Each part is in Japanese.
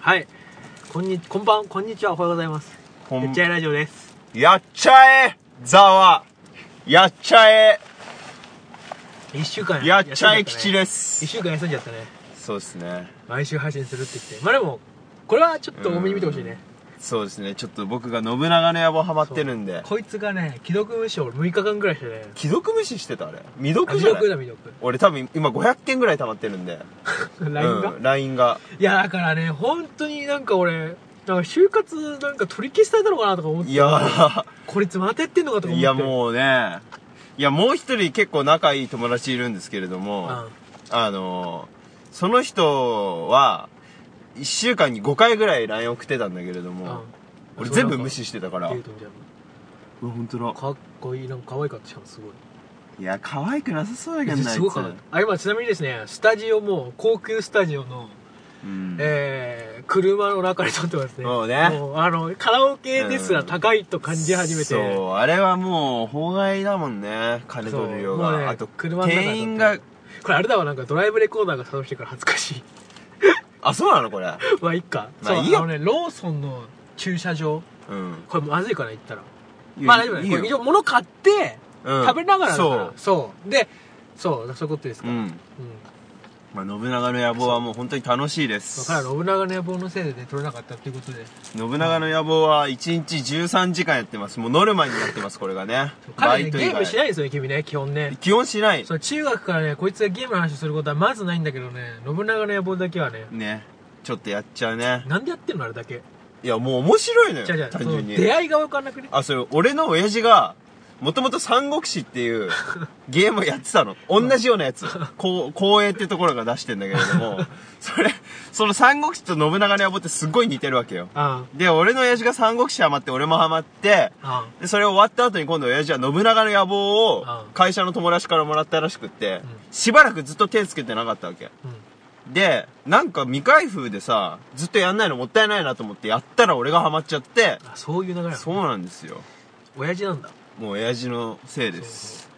はい。こんに、こんばん、こんにちは、おはようございます。ほめんっちゃいラジオです。やっちゃえざわやっちゃえ一週間やっちゃえ吉ね。です一週間休んじゃったね。そうですね毎週配信するって言って。まあでも、これはちょっと多めに見てほしいね。そうですねちょっと僕が信長の野望ハマってるんでこいつがね、既読無視を6日間ぐらいしてね。既読無視してたあれ未読未じゃな読いだ、未読。俺多分今500件ぐらい溜まってるんで LINE が、うん、LINE がいや、だからね、本当になんか俺、なんか就活なんか取り消されたのかなとか思って。い やこいつまたやってんのかとか思って。いやもうねいやもう一人結構仲いい友達いるんですけれどうも、ん。あのその人は1週間に5回ぐらい LINE 送ってたんだけれどうも、ん。俺全部無視してたからデートみたいなうわ本当だかっこいいなんか可愛かったしかもすごいいや可愛くなさそうだけどなすごい可愛いああい今ちなみにですねスタジオも高級スタジオの、つうんえー、車の中に撮ってますねそうねもうあのカラオケですらうん高いと感じ始めて、そうあれはもう法外だもんね金そう取る量もうが、ねあと車の中で撮って店員がこれあれだわなんかドライブレコーダーが作動してるから恥ずかしい あそうなのこれまあいっか、まあそういいよあのねローソンの駐車場うんこれまずいかな言ったらい やまあ大丈夫だいねいこよれ一応物買って、うん食べながらだからそそうでそうそういうことですうかうら、うんんまあ、信長の野望はもう本当に楽しいですだから信長の野望のせいでね取れなかったっていうことで信長の野望は1日13時間やってますもうノルマになってますこれがね彼ね、ゲ以ームしない外ですよね、君ね、基本ね。基本しないそう、中学からね、こいつがゲームの話をすることはまずないんだけどね、信長の野望だけはね、ねちょっとやっちゃうねなんでやってんのあれだけ。いやもう面白いのじゃあじゃよあ、単その純に出会いが分かんなくね。あ、それ、俺の親父が、もともと三国志っ ていうゲームをやってたの。同じようなやつ。こう、光栄ってところが出してんだけれど も、それ、その三国志と信長の野望ってすっごい似てるわけよ。あで、俺の親父が三国志ハマって、俺もハマって、あ、あで、それ終わった後に今度親父は信長の野望をあ会社の友達からもらったらしくってん、しばらくずっと手つけてなかったわけ。あ、うん。で、なんか未開封でさ、ずっとやんないのもったいないなと思ってやったら俺がハマっちゃって、あ、そういう流れなのそうなんですよ。親父なんだ。もう親父のせいです。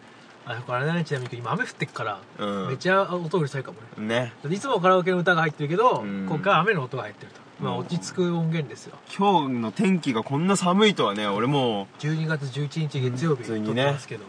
そうそうあ、これあれだね、ちなみに今雨降ってっから、うんめっちゃ音うるさいかもね。ねだっていつもカラオケの歌が入ってるけど、うん今回は雨の音が入ってると。まあ、うん落ち着く音源ですよ。今日の天気がこんな寒いとはね俺も12月11日月曜日、普通に撮ねってますけど。う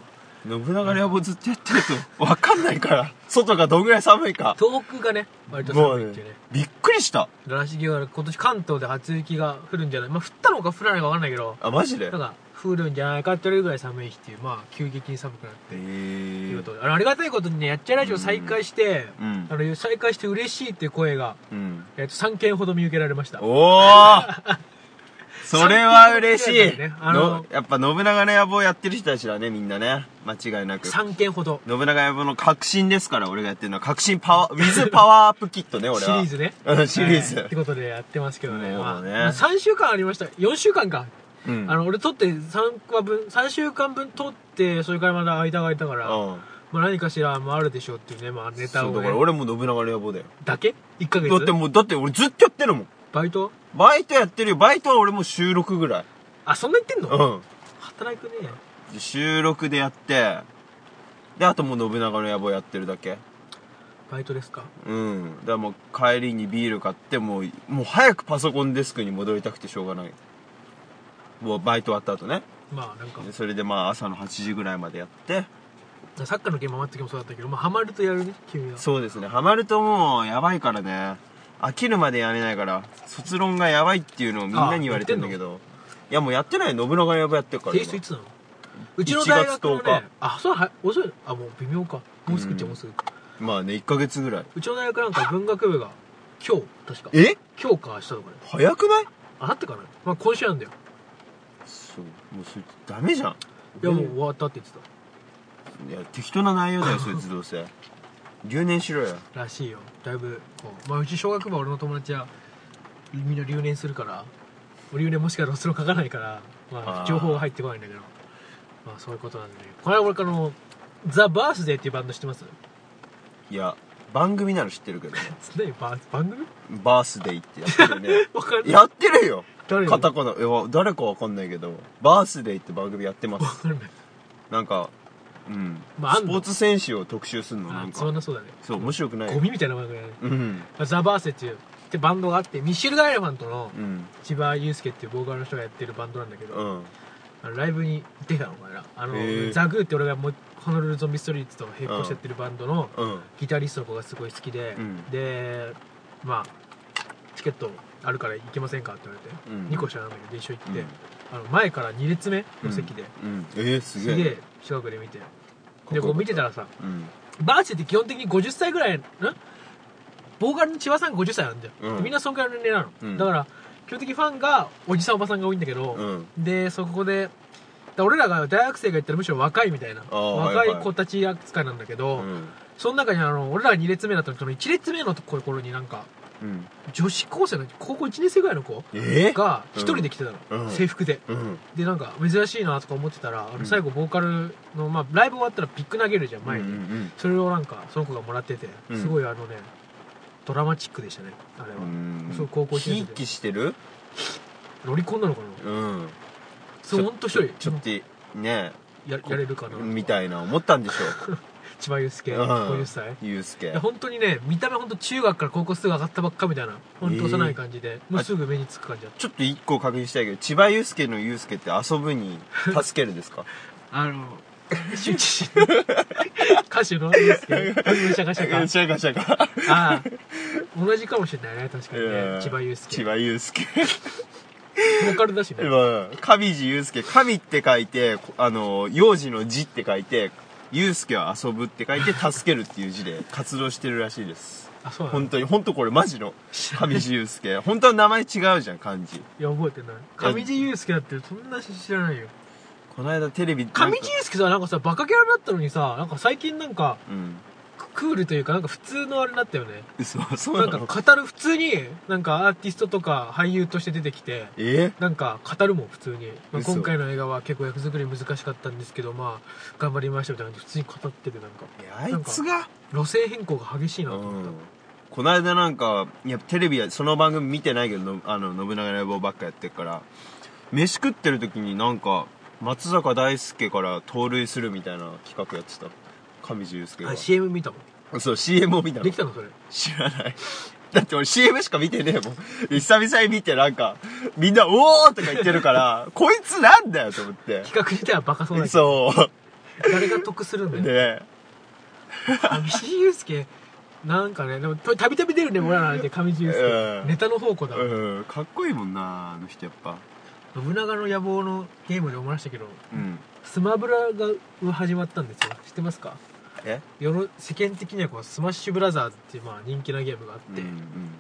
信長の野望ずっとやってると分かんないから外がどんぐらい寒いか遠くがね、割とも寒う、いっねていうね。、びっくりしたらしげは今年関東で初雪が降るんじゃないまあ降ったのか降らないか分かんないけどあマジでなんか降るんじゃないかっていうぐらい寒い日っていうまあ急激に寒くなってえいうこーとであのありがたいことにねやっちゃいラジオ再開して、うんあの再開して嬉しいっていう声が、うんえっと3件ほど見受けられましたおおそれは嬉しい、最近のねあののやっぱ信長の野望やってる人たちだねみんなね間違いなく信3件ほど長の野望の革新ですから俺がやってるのは革新パワーウィズパワーアップキットね俺シリはーズねうんシリーズ、はいってことでやってますけどね,、もうまあ、ね3週間ありました4週間か、うんあの俺撮って3話分3週間分撮ってそれからまだ間が空いたから、うんまあ、何かしらもあるでしょうっていうね、まあ、ネタを、そうね、だから俺も信長の野望だよだけ ?1 ヶ月だってもう、だって俺ずっとやってるもん。バイトバイトやってるよ。バイトは俺も収録ぐらい。あ、そんな言ってんの、うん。働くねで収録でやって、で、あともう信長の野望やってるだけ。バイトですかうん。だからもう帰りにビール買って、もう、もう早くパソコンデスクに戻りたくてしょうがない。もうバイト終わった後ね。まあなんかでそれでまあ朝の8時ぐらいまでやって。サッカーのゲーム余った時もそうだったけど、まあ、ハマるとやるね君はそうですね。ハマるともうやばいからね。飽きるまでやれないから、卒論がやばいっていうのをみんなに言われてんだけど。いやもうやってないよ信長の野望やってるから。提出いつなのうちの大学の1月10ね日あそうは遅いあもう微妙かもうすぐっちゃもうすぐかまあね、1ヶ月ぐらい。うちの大学なんか文学部が今日確かえ今日か明日とかね早くないあさってかな、まあ、今週なんだよそう。もうそれダメじゃん。いやもう終わったって言っていや、適当な内容だよ、そいつどうせ。留年しろよ。たらしいよだいぶこう、まあ、うち小学部は俺の友達はみんな留年するから留年もしかしたら卒論書かないから、まああ、ー情報が入ってこないんだけどまあそういうことなんでねこれは俺あのザ・バースデーっていうバンド知ってますいや、番組なら知ってるけどね。何バー番組バースデイってやってるよね 。わかんないやってるよ誰カタカナ。いや、誰かわかんないけど、バースデイって番組やってまわす。かんないなんか、うん。まああんスのポーツ選手を特集するの、なあんそかん。なそうだねそう、面白くないゴ。ミみたいな名前がねうん。ザ・バースデーっていうってバンドがあってミッシェル・ガイレファントのうん千葉祐介っていうボーカルの人がやってるバンドなんだけど、うんあのライブに出てたのかなあの、へーザグーって俺がもうホノルルゾンビストリートと並行してやってるバンドのうんギタリストの子がすごい好きで、うんでまあチケットあるから行けませんかって言われて、うん2個下なんだけど一緒行って、うんあの前から2列目の席で、うんえーすすげげええ近くで見てこでよかこったう見てたらさうんバーチェって基本的に50歳ぐらいんボーカルの千葉さんが50歳なんだよ、うんみんなそんくらいの年齢なの、うんだから基本的にファンがおじさんおばさんが多いんだけど、うんでそこでだから俺らが大学生が行ったらむしろ若いみたいなあー若はいいはい子たち扱いなんだけど、うんその中にあの俺らが2列目だったのその1列目のところになんかうん女子高生の高校1年生ぐらいの子えーが1人で来てたの、うん制服でうんでなんか珍しいなとか思ってたらあうのん最後ボーカルの、まあ、ライブ終わったらピック投げるじゃん前に、うんうんそれをなんかその子がもらっててうんすごいあのね、ドラマチックでしたねあれは、うんそう高校一ひ年い生できしてるロリコンなのかなうんそうほんと一人ちょっとねややれるかなみたいな思ったんでしょう千葉祐介うん50歳ゆうすいけや 本当にね見た目本当中学から高校すぐ上がったばっかみたいな本当幼い感じで、もうすぐ目につく感じだっちょっと一個確認したいけど千葉ゆうすけのゆうすけって遊ぶに助け るですかたあの周知 し歌手のですけどシャカシャカシャカシャカああ同じかもしれないね確かにね千葉祐 千介ボ葉ゆうすけーカルだしね今上地ゆうすけ上って書いてこあの幼児の字って書いてゆうすけは遊ぶって書いて助けるっていう字で活動してるらしいですあそうなの本当に本当これマジの上地ゆうすけ本当は名前違うじゃん漢字いや覚えてない上地雄介だってそんな知らないよこの間テレビでなん上か地雄介さなんかさバカキャラだったのにさなんか最近なんかうんククールというかなんか普通のあれだったよね嘘そうななんのか語る普通になんかアーティストとか俳優として出てきてえなんか語るもん普通に、まあ、嘘今回の映画は結構役作り難しかったんですけどまあ頑張りましたみたいな感じで普通に語っててなんかいやあいつが路線変更が激しいなと思った、この間なんかいやテレビやその番組見てないけどのあの信長の野望ばっかやってるから飯食ってる時になんか松坂大輔から盗塁するみたいな企画やってた上地雄介あが CM 見たもんそう CM を見たのできたのそれ知らない だって俺 CM しか見てねえもんで久々に見てなんかみんな「おー!」とか言ってるからこいつなんだよと思って企画自体はバカそうだけどそ誰が得するん だうよで上地雄介なんかねでもたびたび出るね俺らなんて上地雄介、うんネタの宝庫だ、うんかっこいいもんなあの人やっぱ信長の野望のゲームで思いましたけどうんスマブラが始まったんですよ知ってますかえ世の世間的にはこうスマッシュブラザーズっていうまあ人気なゲームがあって、うんう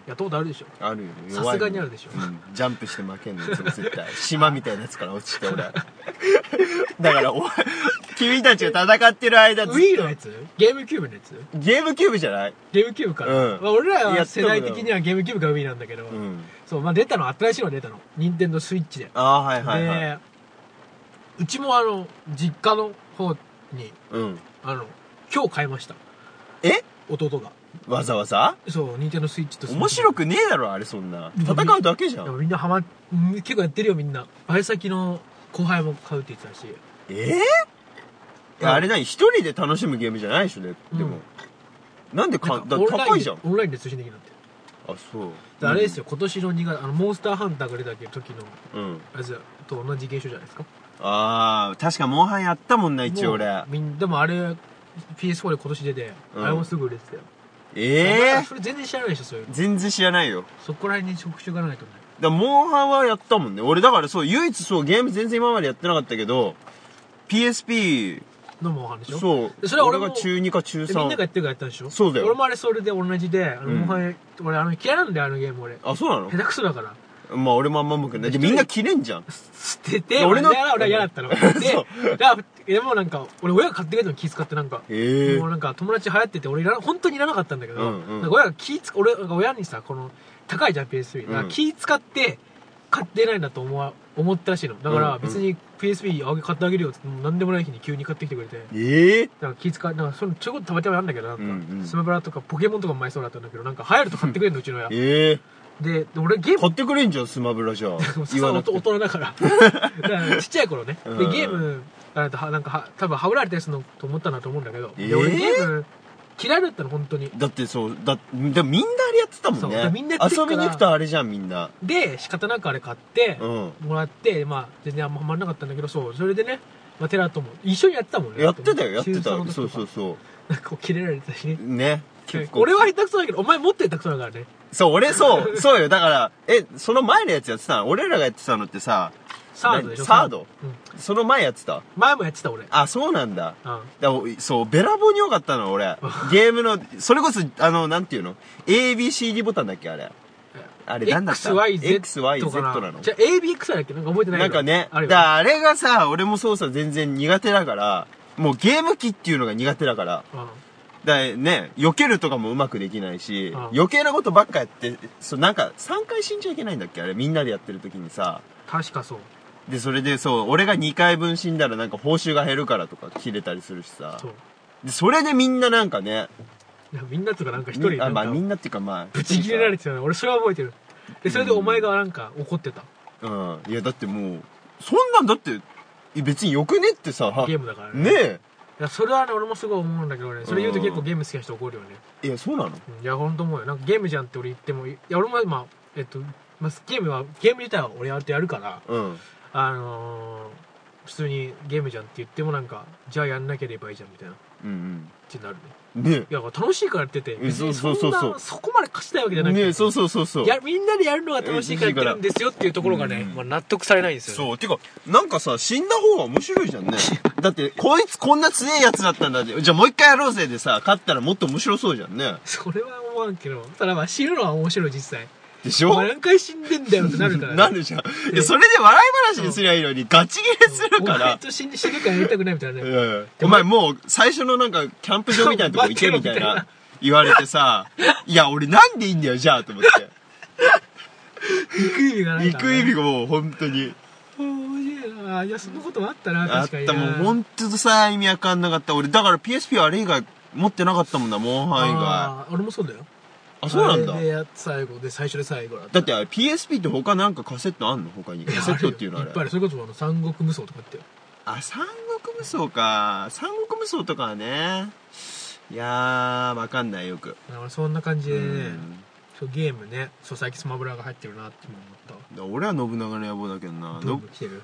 やんったことあるでしょあるよねさすがにあるでしょ弱いもんうんジャンプして負けんのいつも絶対島みたいなやつから落ちて俺 だからお前君たちが戦ってる間ずっと Wii のやつゲームキューブのやつゲームキューブじゃないゲームキューブかな、うんまあ、俺らやはって世たもん代的にはゲームキューブが Wii なんだけど、うんそうまあ出たの新しいのが出たの任天堂スイッチで、ああはいはいはい、でうちもあの実家の方にうんあの今日買いましたえ弟がわざわざそう任天堂スイッチと面白くくねえだろあれそんな戦うだけじゃんみんなハマっうん結構やってるよみんなバイ先の後輩も買うって言ってたしえーいやあれ何一人で楽しむゲームじゃないでしょででも、なんでかなんだオンライン高いじゃんオンラインで通信できるなんてあそうであれですよ、今年の2月あのモンスターハンターが出た時のうん、うんやつと同じ現象じゃないですかああ確かモンハンやったもんな一応も俺うみんでもあれ PS4 で今年出て、うんあれもすぐ売れてたよええそれ全然知らないでしょそういうの全然知らないよそこら辺に職種がないとねだからモンハンはやったもんね俺だからそう唯一そうゲーム全然今までやってなかったけど PSP のもお話でしょそうでそれは俺もが中2か中でみんながや3ってるからやったんでしょそうだよ俺もあれそれで同じであの、うんもはや俺あの嫌いなんだよあのゲーム俺あそうな下手くそだからの まあ俺もあんまうまくないでみんな切れんじゃん捨てて俺俺のの俺は嫌だったので そうだでもなんか俺親が買ってくれたの気遣ってなんか、へえもうなんか友達流行ってて俺いらな本当にいらなかったんだけど、うんうんなんか親が気使俺なんか親にさこの高いじゃん PSP だからうん気使って買ってないんだと思わ思ったらしいのだかうんうらん別に PSP あげ買ってあげるよって言っても何でもない日に急に買ってきてくれてええなんか気遣いなんかそのちょこっとたまたまなんだけどなんか、うんうんスマブラとかポケモンとかも前そうだったんだけどなんか流行ると買ってくれるのうちの親でええで俺ゲーム買ってくれんじゃんスマブラじゃあ そうそう言わな大くて人だ からだからちっちゃい頃ねでうんゲームあなんかは多分はぐられたりするのと思ったんだと思うんだけど、えでー俺ゲーム嫌いだったの本当にだってそうだでもみんなあれやってたもんそねうみんなやってる遊からびに行くとあれじゃんみんなで仕方なくあれ買ってうんもらって、まあ全然あんまハマらなかったんだけどそうそれでね、まあ、テラとも一緒にやってたもんねやってたよやって中た三のよ時とそかうそうそなんかこうキレられてたしねうね結構俺は下手くそだけどお前もっと下手くそだからねそう俺そうそうよだからえその前のやつやってたの俺らがやってたのってさサードでしょ何サードうんその前やってた前もやってた俺あそうなんだうんだそうべらぼうに多かった の俺ゲームのそれこそあのなんていうの ABCD ボタンだっけあれあれなんだった XYZ か XYZ なのじゃあ ABX だっけなんか覚えてないなんけかどね、あだるよからあれがさ、俺も操作全然苦手だから、もうゲーム機っていうのが苦手だから、うんだからね、避けるとかもうまくできないし、うん余計なことばっかやって、そうなんか3回死んじゃいけないんだっけあれ、みんなでやってる時にさ。確かそうで、それでそう、俺が2回分死んだらなんか報酬が減るからとか切れたりするしさ。そうで、それでみんななんかね、なんかみんなとかなんか一み人んあ、なんまあみかんなっていうかまあ。ぶち切れられてたの俺それは覚えてるでそれでお前がなんか怒ってたうん。いや、だってもう、そんなんだって、別によくねってさ、ゲームだからねいえ。やそれはね俺もすごい思うんだけどねそれ言うと結構ゲーム好きな人怒るよねいや、そうなのうんいや本当思うよなんかゲームじゃんって俺言ってもいいや俺もまあえっとまあゲームはゲーム自体は俺やってやるからうん。あのー普通にゲームじゃんって言ってもなんかじゃあやんなければいいじゃんみたいなっうんてなるねうん。ねいえ。や楽しいからやっててうん別にそそんうなそうそうそうそこまで勝ちたいわけじゃなくてねそうそうそうそう。やみんなでやるのが楽しいからやってるんですよっていうところがね、うんまあ、納得されないんですよ、ね、そう。てか、なんかさ、死んだ方が面白いじゃんね。 だって、こいつこんな強いやつだったんだって。じゃあもう一回やろうぜでさ、勝ったらもっと面白そうじゃんね。それは思わんけどただまあ死ぬのは面白い実際でしおょ前何回死んでんだよってなるから、 なるじゃん。いや、それで笑い話にすりゃいいのに、ガチ切れするおか前ら。と死んで死ぬからやりたくないみたいなうねんお前もう、最初のなんか、キャンプ場みたいなとこ行けみたいな、言われてさ、いや、俺なんでいいんだよ、じゃあ、と思って。行く意味がない行からくね、意味がもう、本当に。面白いないやそんなこともあったなあっ確かにたもん、ほんとさ、意味わかんなかった。俺、だから PSP あれ以外持ってなかったもんな、モンハン以外。あ、あー俺もそうだよそうなんだあ。れでやっ最後で最初で最後だっただってあれ PSP って他なんかカセットあんの他に。カセットっていうのあいれっ。ぱいあるそれこそあの三国無双とかってあ、三国無双か。三国無双とかはね。いやー、わかんないよく。だからそんな感じでうねんそうゲームねそう最近スマブラが入ってるなって今思っだから俺は信長の野望だけどなた。ブーのム来てる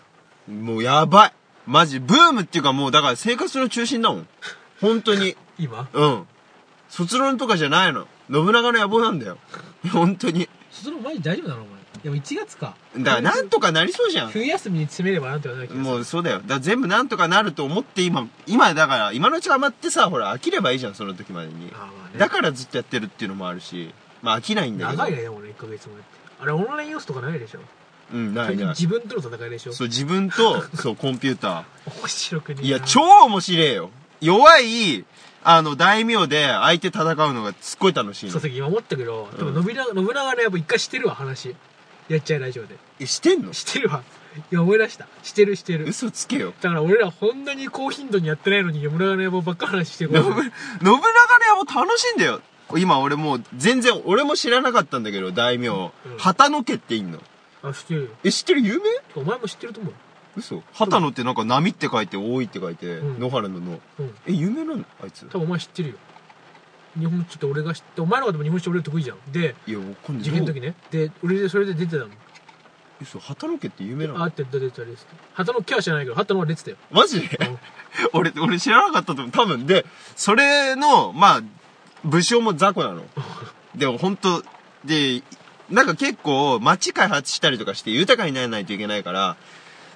もうやばい。マジ、ブームっていうかもうだから生活の中心だもん。本当に。今うん。卒論とかじゃないの。信長の野望なんだよ。本当に。その前に大丈夫なのお前でも1月かだからなんとかなりそうじゃん。冬休みに詰めればなんて言わないけどもうそうだよ。だから全部なんとかなると思って今、今だから、今のうち余ってさ、ほら飽きればいいじゃん、その時までに。あーまあねだからずっとやってるっていうのもあるし、まあ飽きないんだけど。長いね俺1ヶ月もやってあれオンライン要素とかないでしょうん、ない結局ない。自分との戦いでしょそう、自分と、そう、コンピュータ面白くねー。えないや、超面白いよ。弱い、あの、大名で相手戦うのがすっごい楽しいそのう。さっき今思ったけど、でも信長信長のやっぱ一回してるわ話やっちゃいラジオでえ、してんのしてるわいや思い出したしてるしてる嘘つけよ。だから俺らこんなに高頻度にやってないのに信長の野望ばっか話してる信長の野望楽しいんだよ。今俺もう全然、俺も知らなかったんだけど、大名。旗の家っていんの。あ知ってるよえ、知ってる有名お前も知ってると思う嘘旗野ってなんか波って書いて多いって書いて、うん野原の野うんえ有名なのあいつ多分お前知ってるよ日本ちょっと俺が知ってお前の方でも日本史俺得意じゃんでいやわかんない受験の時ねで俺でそれで出てたの嘘旗野家って有名なあのって出てたです旗の毛は知らないけど旗のは出てたよマジで俺俺知らなかったと思う多分でそれのまあ武将も雑魚なのでも本当でなんか結構街開発したりとかして豊かにならないといけないから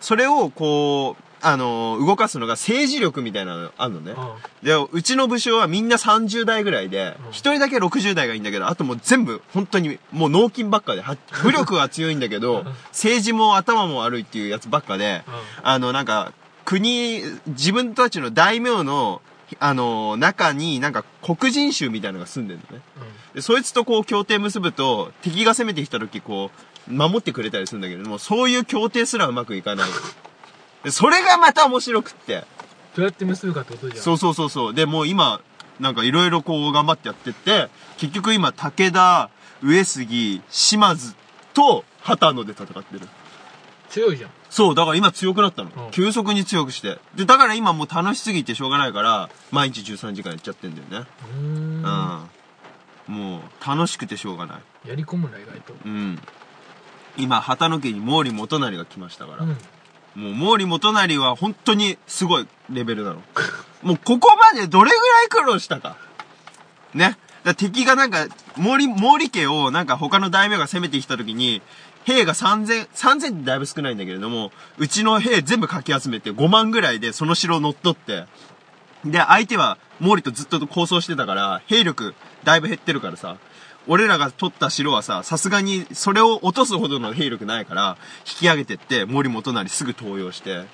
それをこうあの動かすのが政治力みたいなのあるのねあで、うちの武将はみんな30代ぐらいでうん、一、人だけ60代がいいんだけど、あともう全部、本当に、もう脳筋ばっかで、は武力は強いんだけど、政治も頭も悪いっていうやつばっかで、あの、なんか、国、自分たちの大名の、あの、中になんか黒人衆みたいなのが住んでるのね。で、そいつとこう協定結ぶと、敵が攻めてきた時こう、守ってくれたりするんだけど、もうそういう協定すらうまくいかない。でそれがまた面白くって。どうやって結ぶかってことじゃんそうそうそうそう。で、もう今、なんかいろいろこう頑張ってやってって、結局今、武田、上杉、島津と、旗野で戦ってる。強いじゃんそう、だから今強くなったの。うん急速に強くして。で、だから今もう楽しすぎてしょうがないから、毎日13時間やっちゃってんだよね。うーんうん。もう、楽しくてしょうがない。やり込むな意外とうん。今、畑野家に毛利元就が来ましたから。うんもう毛利元就は本当にすごいレベルなの。もうここまでどれぐらい苦労したか。ね。だから敵がなんか、毛利、毛利家をなんか他の大名が攻めてきた時に、兵が3000、3000ってだいぶ少ないんだけれども、うちの兵全部かき集めて5万ぐらいでその城を乗っ取って、で、相手は毛利とずっと構想してたから、兵力だいぶ減ってるからさ、俺らが取った城はさ、さすがにそれを落とすほどの兵力ないから、引き上げてって、毛利元就すぐ登用して、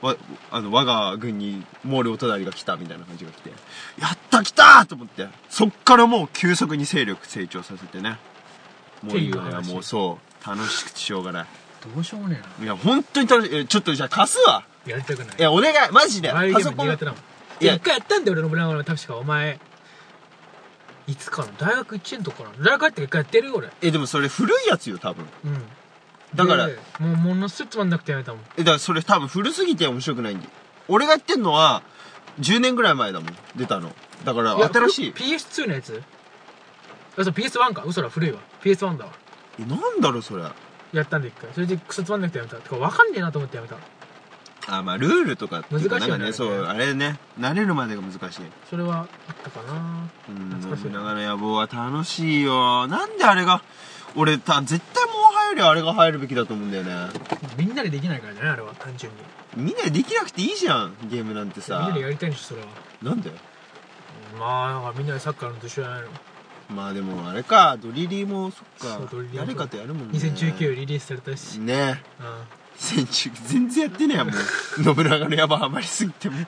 わ、あの、我が軍に毛利元就が来たみたいな感じが来て、やった来たと思って、そっからもう急速に勢力成長させてね。っもうていう今話やもうそう、楽しくてしょうがない。どうしようもねえいや、本当に楽しいえ。ちょっとじゃあ貸すわ。なやりたくないいや、お願い、マジで。ああいうゲパーソムコン。苦手なもんいいやや一回やったんだよ俺の村山の確かお前いつかな大学1年のとこかな大学入って一回やってるよ俺え、でもそれ古いやつよ、多分。うんだからでもうものすごいつまんなくてやめたもんえ、だからそれ多分古すぎて面白くないんで。俺が言ってんのは、10年ぐらい前だもん、出たの。だから、新しいや。PS2 のやつあそう PS1 か嘘だ古いわ PS1 だわえ、なんだろう、それ。やったんで一回それでクソつまんなくてやめたてか分かんねえなと思ってやめたあ、まあ、ルールとかっていうか難しいなよんねかね、そう、あれね、慣れるまでが難しい。それはあったかなうん、懐かしい信長の野望は楽しいよ。なんであれが、俺た、絶対もうよりあれが入るべきだと思うんだよね。みんなでできないからじゃないあれは単純にみんなでできなくていいじゃん、ゲームなんてみんさなで。やりたいんでしょそれはなんでまあなんかみんなでサッカーのと一緒じゃないのまあでも、あれか、ドリリーも、そっそうかドリ、リーも誰かとやるもんね。 2019リリースされたし、ねえ。うん戦中全然やってねえやもう信長の山ハマりすぎてもう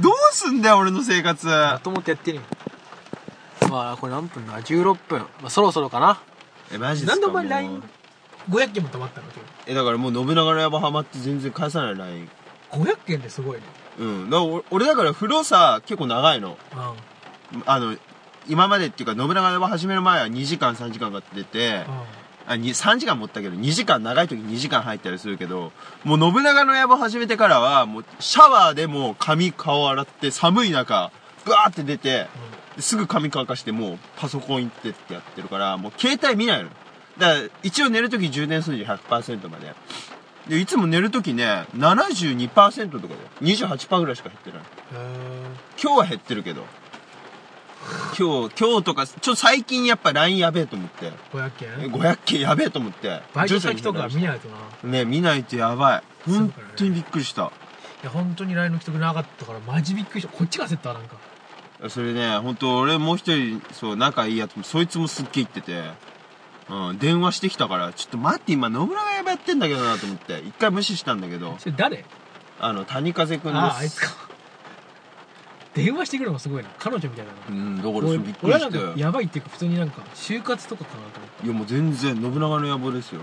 どうすんだよ俺の生活ともとやってるよまあこれ何分だ16分、まあ、そろそろかなえマジですかなんでお前もう LINE500 件も溜まったのえだからもう信長の山ハマって全然返さない LINE 今日500件ですごいねうんだから俺俺だから風呂さ結構長いのうんあの今までっていうか信長の山始める前は2時間3時間かかっててあに3時間持ったけど2時間長い時2時間入ったりするけどもう信長の野望始めてからはもうシャワーでもう髪顔洗って寒い中ブワーって出てすぐ髪乾かしてもうパソコン行ってってやってるからもう携帯見ないのだから一応寝るとき充電数字100%まででいつも寝るときね72%とかで28%ぐらいしか減ってないうん今日は減ってるけど今日今日とかちょ最近やっぱ LINE やべえと思って500件500件やべえと思ってバイト先とか徐々に減見ならしいとないたね見ないとやばいそうだね本当にびっくりしたや本当に LINE の既読なかったからマジびっくりしたこっちが焦ったわなんかそれね、本当俺もう一人、そう、仲いいやつも、そいつもすっげえ言ってて、うん、電話してきたから、ちょっと待って、今、野村がやばやってんだけどなと思って、一回無視したんだけど、それ誰あの、谷風くんです。あああいつか 電話してくるのがすごいな彼女みたいだなうん、だからそ俺れびっくりはなしんて。かいやばいっていうか普通になんか就活とかかなと思っや、もう全然、信長の野望ですよ。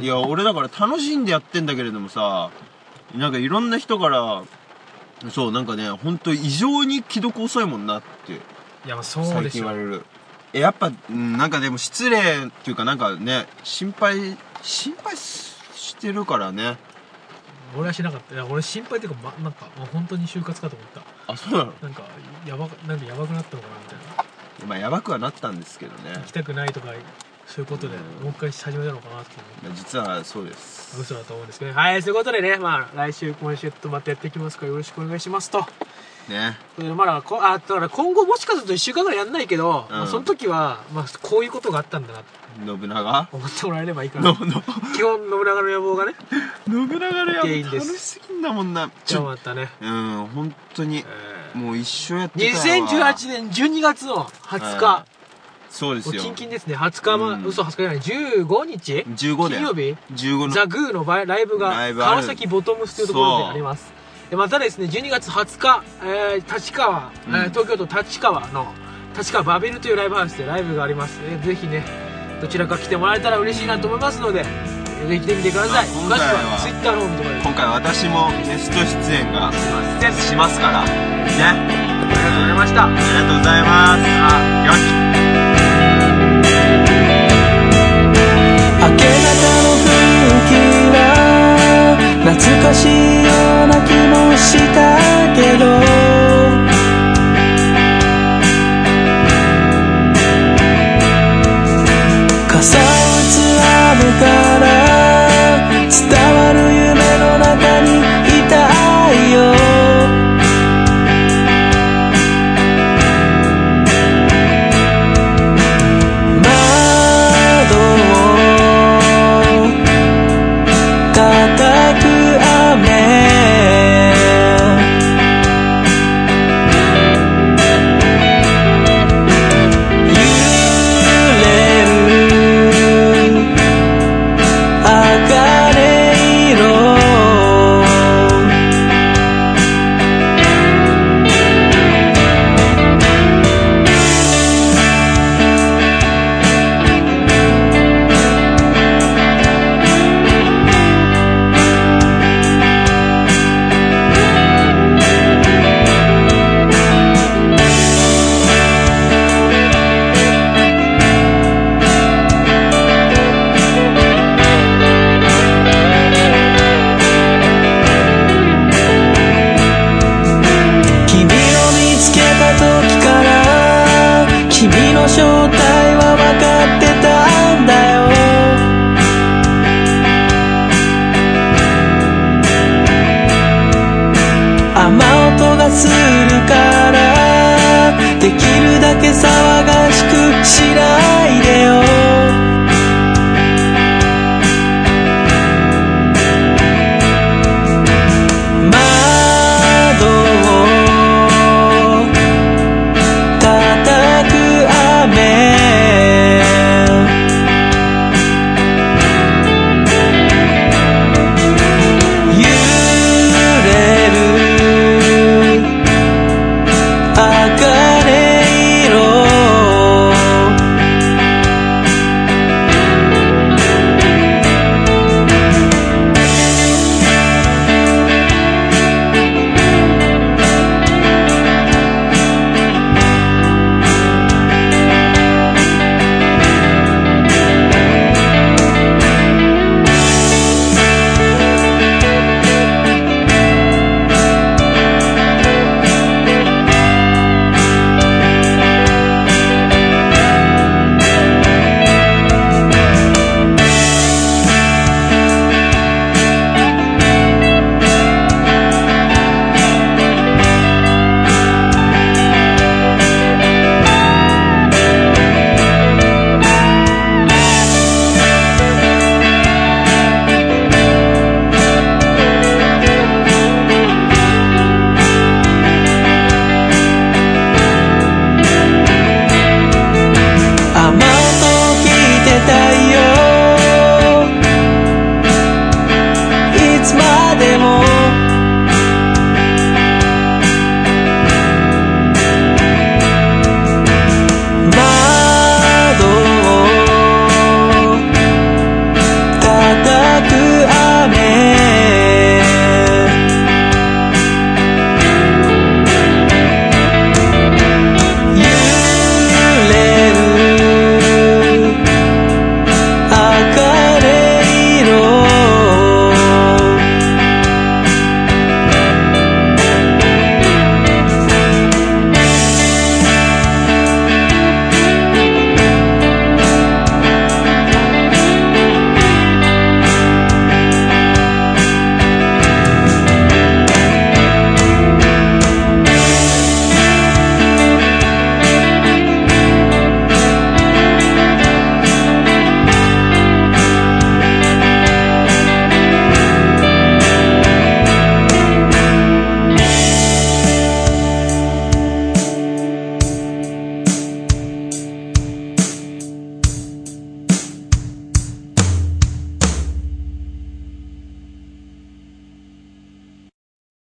いや、俺だから楽しんでやってんだけれどもさ、なんかいろんな人から、そう、なんかね、本当異常に既読遅いもんなってたいやまあそう最でし近言ょわれるえやっぱうんなんかでも失礼っていうかなんかね心配心配ししてるからね俺はしなかったいや俺心配っていうか、ま、なんかもう本当に就活かと思ったあそうなのなんかやばなんでやばくなったのかなみたいなまあやばくはなったんですけどね行きたくないとかそういうことでうんもう一回始めたのかなっていうまあ実はそうです嘘だと思うんですけどはいそういうことでねまあ来週今週とまたやっていきますからよろしくお願いしますとねそれでまだこあだから今後もしかすると1週間ぐらいやんないけど、うんまあ、その時は、まあ、こういうことがあったんだなと信長思ってもらえればいいか のなの信基本信長の野望がね長のやいいん楽ですしすぎんだもんなちじゃあまょたね、うん本当えにーもう一生やってたわ2018年12月の20日、はいそうでもうすよキンキンですね20日ま、うん嘘20日じゃない15日15で金曜日15のザ・グーのバイライブがライブある川崎ボトムスというところでありますでまたですね12月20日、えー立川、えーうん東京都立川の立川バベルというライブハウスでライブがあります、えーぜひねどちらか来てもらえたら嬉しいなと思いますので、えーぜひ来てみてくださいま詳あ今回しくはは Twitter の方を見てもらえれば今回私もゲスト出演がと思いますしますからねありがとうございましたありがとうございますよし明け方の風景は知ら